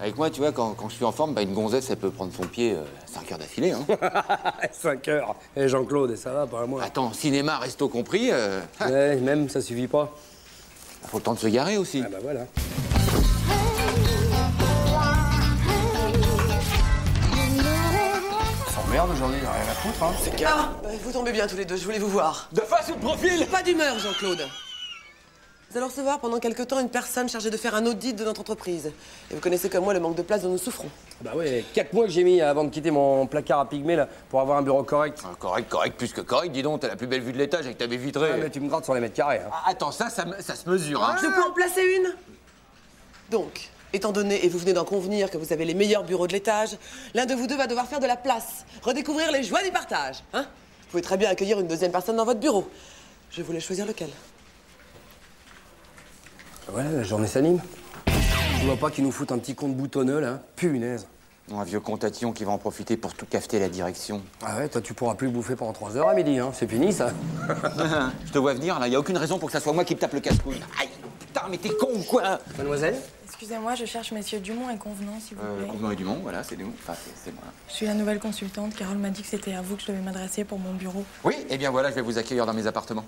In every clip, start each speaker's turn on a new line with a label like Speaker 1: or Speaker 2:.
Speaker 1: Avec moi, tu vois, quand, quand je suis en forme, bah, une gonzesse, elle peut prendre son pied 5 heures d'affilée. Hein.
Speaker 2: 5 heures. Eh, Jean-Claude, ça va, pas moi.
Speaker 1: Attends, cinéma, resto compris, euh, ah,
Speaker 2: Ouais, même, ça suffit pas.
Speaker 1: faut le temps de se garer aussi.
Speaker 2: Ah bah voilà.
Speaker 1: S'emmerde aujourd'hui, rien à foutre.
Speaker 2: hein.
Speaker 1: C'est
Speaker 3: Ah, bah, vous tombez bien tous les deux, je voulais vous voir.
Speaker 1: De face ou de profil
Speaker 3: Pas d'humeur, Jean-Claude. Nous allons recevoir pendant quelque temps une personne chargée de faire un audit de notre entreprise. Et vous connaissez comme moi le manque de place dont nous souffrons.
Speaker 2: Bah ouais, 4 mois que j'ai mis avant de quitter mon placard à pygmée là, pour avoir un bureau correct.
Speaker 1: Ah, Correct, correct, plus que correct. Dis donc, t'as la plus belle vue de l'étage avec ta baie vitrée.
Speaker 2: Ah, mais tu me grattes sur les mètres carrés. hein.
Speaker 1: Ah, attends, ça, ça, me- ça se mesure. hein.
Speaker 3: Je peux en placer une Donc, étant donné, et vous venez d'en convenir, que vous avez les meilleurs bureaux de l'étage, l'un de vous deux va devoir faire de la place, redécouvrir les joies du partage. Hein vous pouvez très bien accueillir une deuxième personne dans votre bureau. Je voulais choisir lequel.
Speaker 2: Voilà, Ah, la journée s'anime. Je vois pas qu'ils nous foutent un petit compte boutonneux là. Punaise.
Speaker 1: Non, Un vieux contatillon qui va en profiter pour tout cafeter la direction.
Speaker 2: Ah ouais, toi tu pourras plus bouffer pendant 3 heures à midi, hein. C'est fini ça.
Speaker 1: Hein, je te vois venir, là, y a aucune raison pour que ça soit moi qui me tape le casse-couille. Aïe, putain, mais t'es con ou quoi
Speaker 2: Mademoiselle
Speaker 4: Excusez-moi, je cherche messieurs Dumont et Convenant, s'il vous
Speaker 1: euh,
Speaker 4: plaît.
Speaker 1: Convenant et Dumont, voilà, c'est nous. Enfin, c'est- c'est moi.
Speaker 4: Je suis la nouvelle consultante. Carole m'a dit que c'était à vous que je devais m'adresser pour mon bureau.
Speaker 1: Oui, eh bien voilà, je vais vous accueillir dans mes appartements.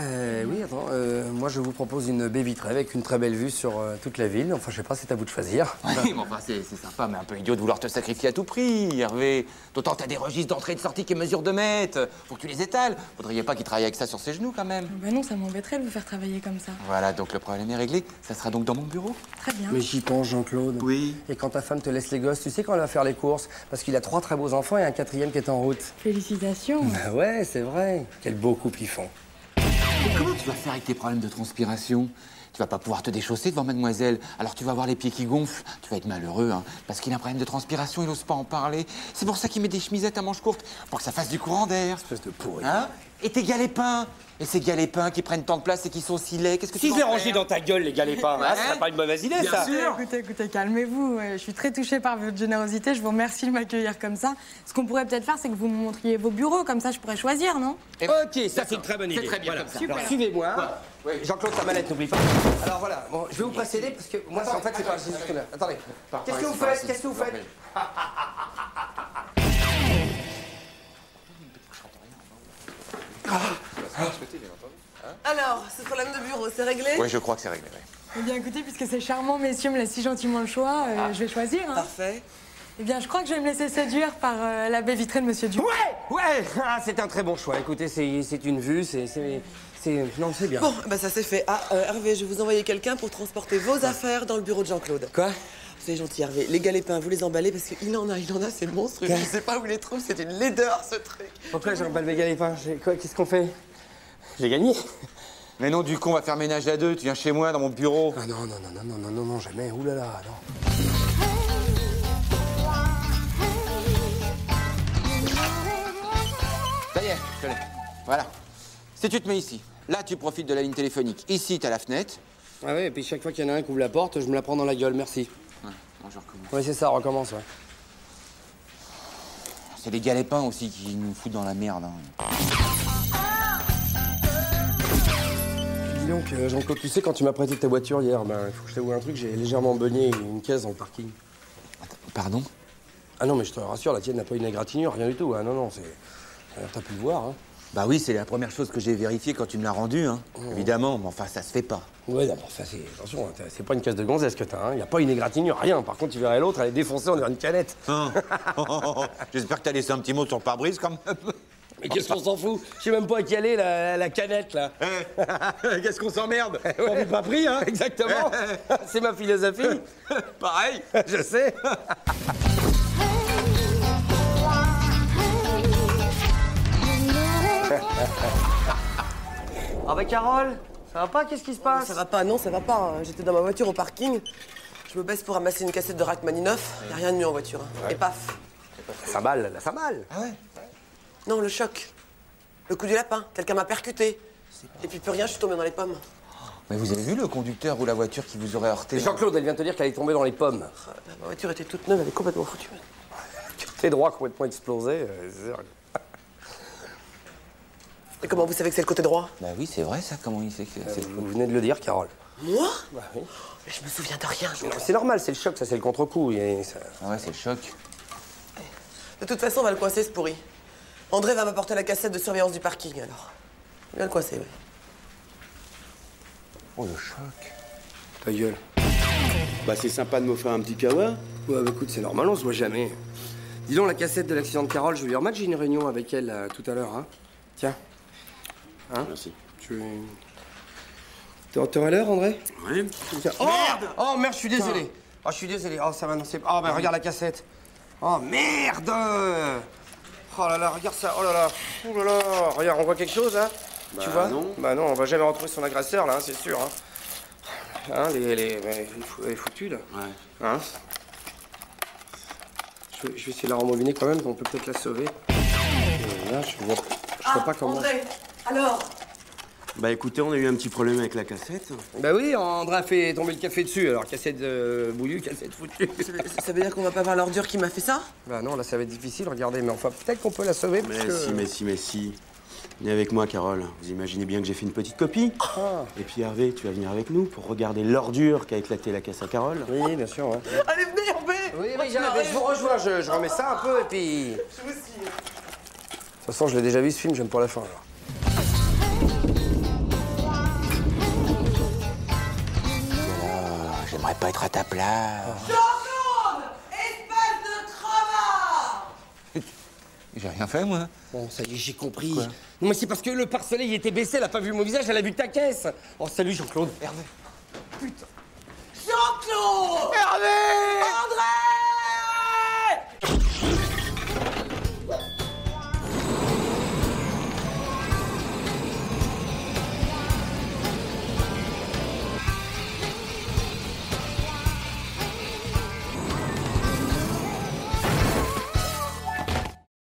Speaker 2: Euh, oui, attends, euh, moi je vous propose une baie vitrée avec une très belle vue sur euh, toute la ville. Enfin, je sais pas, c'est à vous de choisir.
Speaker 1: Oui, mais enfin, c'est c'est sympa, mais un peu idiot de vouloir te sacrifier à tout prix, Hervé. D'autant que t'as des registres d'entrée et de sortie qui mesurent 2 mètres. Faut que tu les étales. Faudrait pas qu'il travaille avec ça sur ses genoux, quand même.
Speaker 4: Bah non, ça m'embêterait de vous faire travailler comme ça.
Speaker 1: Voilà, donc le problème est réglé. Ça sera donc dans mon bureau
Speaker 4: Très bien.
Speaker 2: Mais j'y pense, Jean-Claude.
Speaker 1: Oui.
Speaker 2: Et quand ta femme te laisse les gosses, tu sais quand elle va faire les courses Parce qu'il a trois très beaux enfants et un quatrième qui est en route.
Speaker 4: Félicitations.
Speaker 2: Ah ouais, c'est vrai. Quel beau couple ils font.
Speaker 1: Comment tu vas faire avec tes problèmes de transpiration Tu vas pas pouvoir te déchausser devant mademoiselle. Alors tu vas avoir les pieds qui gonflent. Tu vas être malheureux, hein, parce qu'il a un problème de transpiration, il ose pas en parler. C'est pour ça qu'il met des chemisettes à manches courtes, pour que ça fasse du courant d'air.
Speaker 2: Espèce de pourri.
Speaker 1: Hein Et tes galépins Et ces galépins qui prennent tant de place et qui sont si laids, qu'est-ce que tu
Speaker 5: Si je
Speaker 1: vas
Speaker 5: les
Speaker 1: en
Speaker 5: rangeais
Speaker 1: faire
Speaker 5: dans ta gueule, les gars, les pains, hein, ça serait pas une mauvaise idée,
Speaker 1: Bien
Speaker 5: ça.
Speaker 1: sûr.
Speaker 4: Écoutez, écoutez, calmez-vous. Euh, Je suis très touchée par votre générosité. Je vous remercie de m'accueillir comme ça. Ce qu'on pourrait peut-être faire, c'est que vous me montriez vos bureaux. Comme ça, je pourrais choisir, non
Speaker 5: Ok, ça c'est une très bonne idée.
Speaker 1: C'est très bien
Speaker 5: Voilà.
Speaker 1: comme ça.
Speaker 5: Alors, Suivez-moi.
Speaker 2: Jean-Claude, ta mallette, n'oublie pas. Alors voilà, bon, je vais vous précéder parce que moi, c'est- en fait, c'est pas. c'est juste que là. Attendez.
Speaker 1: Par-
Speaker 2: Qu'est-ce
Speaker 1: par
Speaker 2: que vous
Speaker 1: ici, par
Speaker 2: faites
Speaker 1: ici,
Speaker 2: Qu'est-ce que vous
Speaker 1: s'il vous
Speaker 2: faites
Speaker 3: Alors, ce problème de bureau, c'est réglé
Speaker 1: Ouais, je crois que c'est réglé. ouais.
Speaker 4: Eh bien, écoutez, puisque ces charmants messieurs me laissent si gentiment le choix, euh, je vais choisir.
Speaker 1: Ah.
Speaker 4: Hein.
Speaker 3: Parfait.
Speaker 4: Eh bien, je crois que je vais me laisser séduire par euh, la baie vitrée de monsieur Dumont.
Speaker 2: Ouais Ouais Ah, C'est un très bon choix. Écoutez, c'est c'est une vue, c'est. c'est- c'est- Non, c'est bien.
Speaker 3: Bon, bah ça c'est fait. Ah, euh, Hervé, je vais vous envoyer quelqu'un pour transporter vos affaires dans le bureau de Jean-Claude.
Speaker 2: Quoi
Speaker 3: C'est gentil, Hervé. Les galépins, vous les emballez parce qu'il en a, il en a, c'est monstrueux. Je sais pas où il les trouve, c'est une laideur ce truc.
Speaker 2: Pourquoi j'ai un bal végal et pain J'ai- quoi, Qu'est-ce qu'on fait J'ai gagné
Speaker 1: Mais non, du con, on va faire ménage à deux. Tu viens chez moi, dans mon bureau.
Speaker 2: Ah non, non, non, non, non, non, non, non, jamais. Ouh là là, non.
Speaker 1: Ça y est, je l'ai. Voilà. Si tu te mets ici, là, tu profites de la ligne téléphonique. Ici, t'as la fenêtre.
Speaker 2: Ah ouais, et puis chaque fois qu'il y en a un qui ouvre la porte, je me la prends dans la gueule, merci.
Speaker 1: Ouais, bon, je recommence.
Speaker 2: Ouais, c'est ça, recommence, ouais.
Speaker 1: C'est les galépins aussi qui nous foutent dans la merde. hein.
Speaker 2: Dis donc, euh, Jean-Claude, tu sais, quand tu m'as prêté ta voiture hier, ben, il faut que je t'avoue un truc, j'ai légèrement beugné une caisse dans le parking.
Speaker 1: Pardon
Speaker 2: Ah non, mais je te rassure, la tienne n'a pas une égratignure, rien du tout. hein. Non, non, c'est. Alors, t'as pu le voir, hein.
Speaker 1: Bah oui, c'est la première chose que j'ai vérifiée quand tu me l'as rendu, hein. Évidemment, mais enfin, ça se fait pas.
Speaker 2: Ouais, d'abord, ça, c'est. Attention, hein, t'as- c'est pas une caisse de gonzesse que t'as, hein. Y a pas une égratignure, rien. Par contre, tu verrais l'autre, elle est défoncée, on dirait une canette.
Speaker 1: Hein J'espère que t'as laissé un petit mot sur le pare-brise, quand même.
Speaker 2: Mais qu'est-ce qu'on s'en fout Je sais même pas à qui elle est, la, la canette, là.
Speaker 1: Eh, Qu'est-ce qu'on s'emmerde
Speaker 2: On n'est pas pris, hein, exactement. c'est ma philosophie.
Speaker 1: Pareil
Speaker 2: je sais. Ah bah Carole
Speaker 6: Ça va pas Qu'est-ce qui se passe
Speaker 3: Ça va pas, non, ça va pas. hein. J'étais dans ma voiture au parking. Je me baisse pour ramasser une cassette de Rachmaninoff. Y a rien de mieux en voiture. hein. Et paf.
Speaker 7: La cymbale, la cymbale.
Speaker 3: Non, le choc. Le coup du lapin. Quelqu'un m'a percuté. Et puis plus rien, je suis tombée dans les pommes.
Speaker 1: Mais vous avez vu le conducteur ou la voiture qui vous aurait heurté là
Speaker 2: Jean-Claude, elle vient te dire qu'elle est tombée dans les pommes.
Speaker 3: Ah, Ma voiture était toute neuve, elle est complètement foutue.
Speaker 2: Tes droits complètement explosés. euh, c'est sûr.
Speaker 3: Et comment vous savez que c'est le côté droit
Speaker 1: Bah oui, c'est vrai ça, comment il sait que c'est...
Speaker 2: Vous venez de le dire, Carole.
Speaker 3: Moi Mais Je me souviens de rien. je-
Speaker 2: C'est normal, c'est le choc, ça c'est le contre-coup. et ça-
Speaker 1: Ah ouais, c'est le choc.
Speaker 3: De toute façon, on va le coincer, ce pourri. André va m'apporter la cassette de surveillance du parking, alors. Il va le coincer, oui.
Speaker 1: Oh, le choc.
Speaker 2: Ta gueule.
Speaker 6: Bah c'est sympa de m'offrir un petit kawa.
Speaker 2: Ouais, bah écoute, c'est normal, on se voit jamais. Dis donc, la cassette de l'accident de Carole, je vais lui remettre, j'ai une réunion avec elle euh, tout à l'heure. Hein. Tiens. Hein Merci. Tu veux. T'es- T'aurais l'heure, André
Speaker 6: Oui.
Speaker 2: Tiens. Oh merde Oh merde, je suis désolé. Oh, je suis désolé. Oh, ça va, non, c'est. Oh, bah regarde la cassette. Oh merde Oh là là, regarde ça. Oh là là. Oh là là. Regarde, on voit quelque chose, là Tu vois
Speaker 6: non.
Speaker 2: Bah non, on va jamais retrouver son agresseur, là, hein, c'est sûr. Hein. Hein, les, les, les, les foutus, là.
Speaker 6: Ouais.
Speaker 2: Hein je, vais- je vais essayer de la rembobiner quand même, on peut peut-être la sauver. Euh, Là, je vois, je vois pas comment.
Speaker 3: André, alors
Speaker 6: Bah écoutez, on a eu un petit problème avec la cassette.
Speaker 2: Bah oui, André a fait tomber le café dessus, alors cassette euh, bouillue, cassette foutue.
Speaker 3: Ça veut dire qu'on va pas voir l'ordure qui m'a fait ça
Speaker 2: bah non, là ça va être difficile, regardez, mais enfin peut-être qu'on peut la sauver. parce
Speaker 6: Mais
Speaker 2: que-
Speaker 6: si, mais si, mais si. Venez avec moi, Carole. Vous imaginez bien que j'ai fait une petite copie.
Speaker 2: Ah.
Speaker 6: Et puis Hervé, tu vas venir avec nous pour regarder l'ordure qu'a éclaté la caisse à Carole.
Speaker 2: Oui, bien sûr. ouais.
Speaker 3: Allez, venez, André
Speaker 2: Oui, oui, j'arrive, je vous rejoins, je, je remets ça un peu et puis. De
Speaker 3: Je vous suis.
Speaker 2: toute façon, je l'ai déjà vu ce film, j'aime pour la fin alors.
Speaker 1: Ah, J'aimerais pas être à ta place.
Speaker 3: Jean-Claude Espèce de crevard
Speaker 1: J'ai rien fait, moi.
Speaker 2: Bon, ça y est, j'ai compris. non, mais c'est parce que le parcelet, il était baissé, elle a pas vu mon visage, elle a vu ta caisse. Oh, salut Jean-Claude.
Speaker 3: Jean-Claude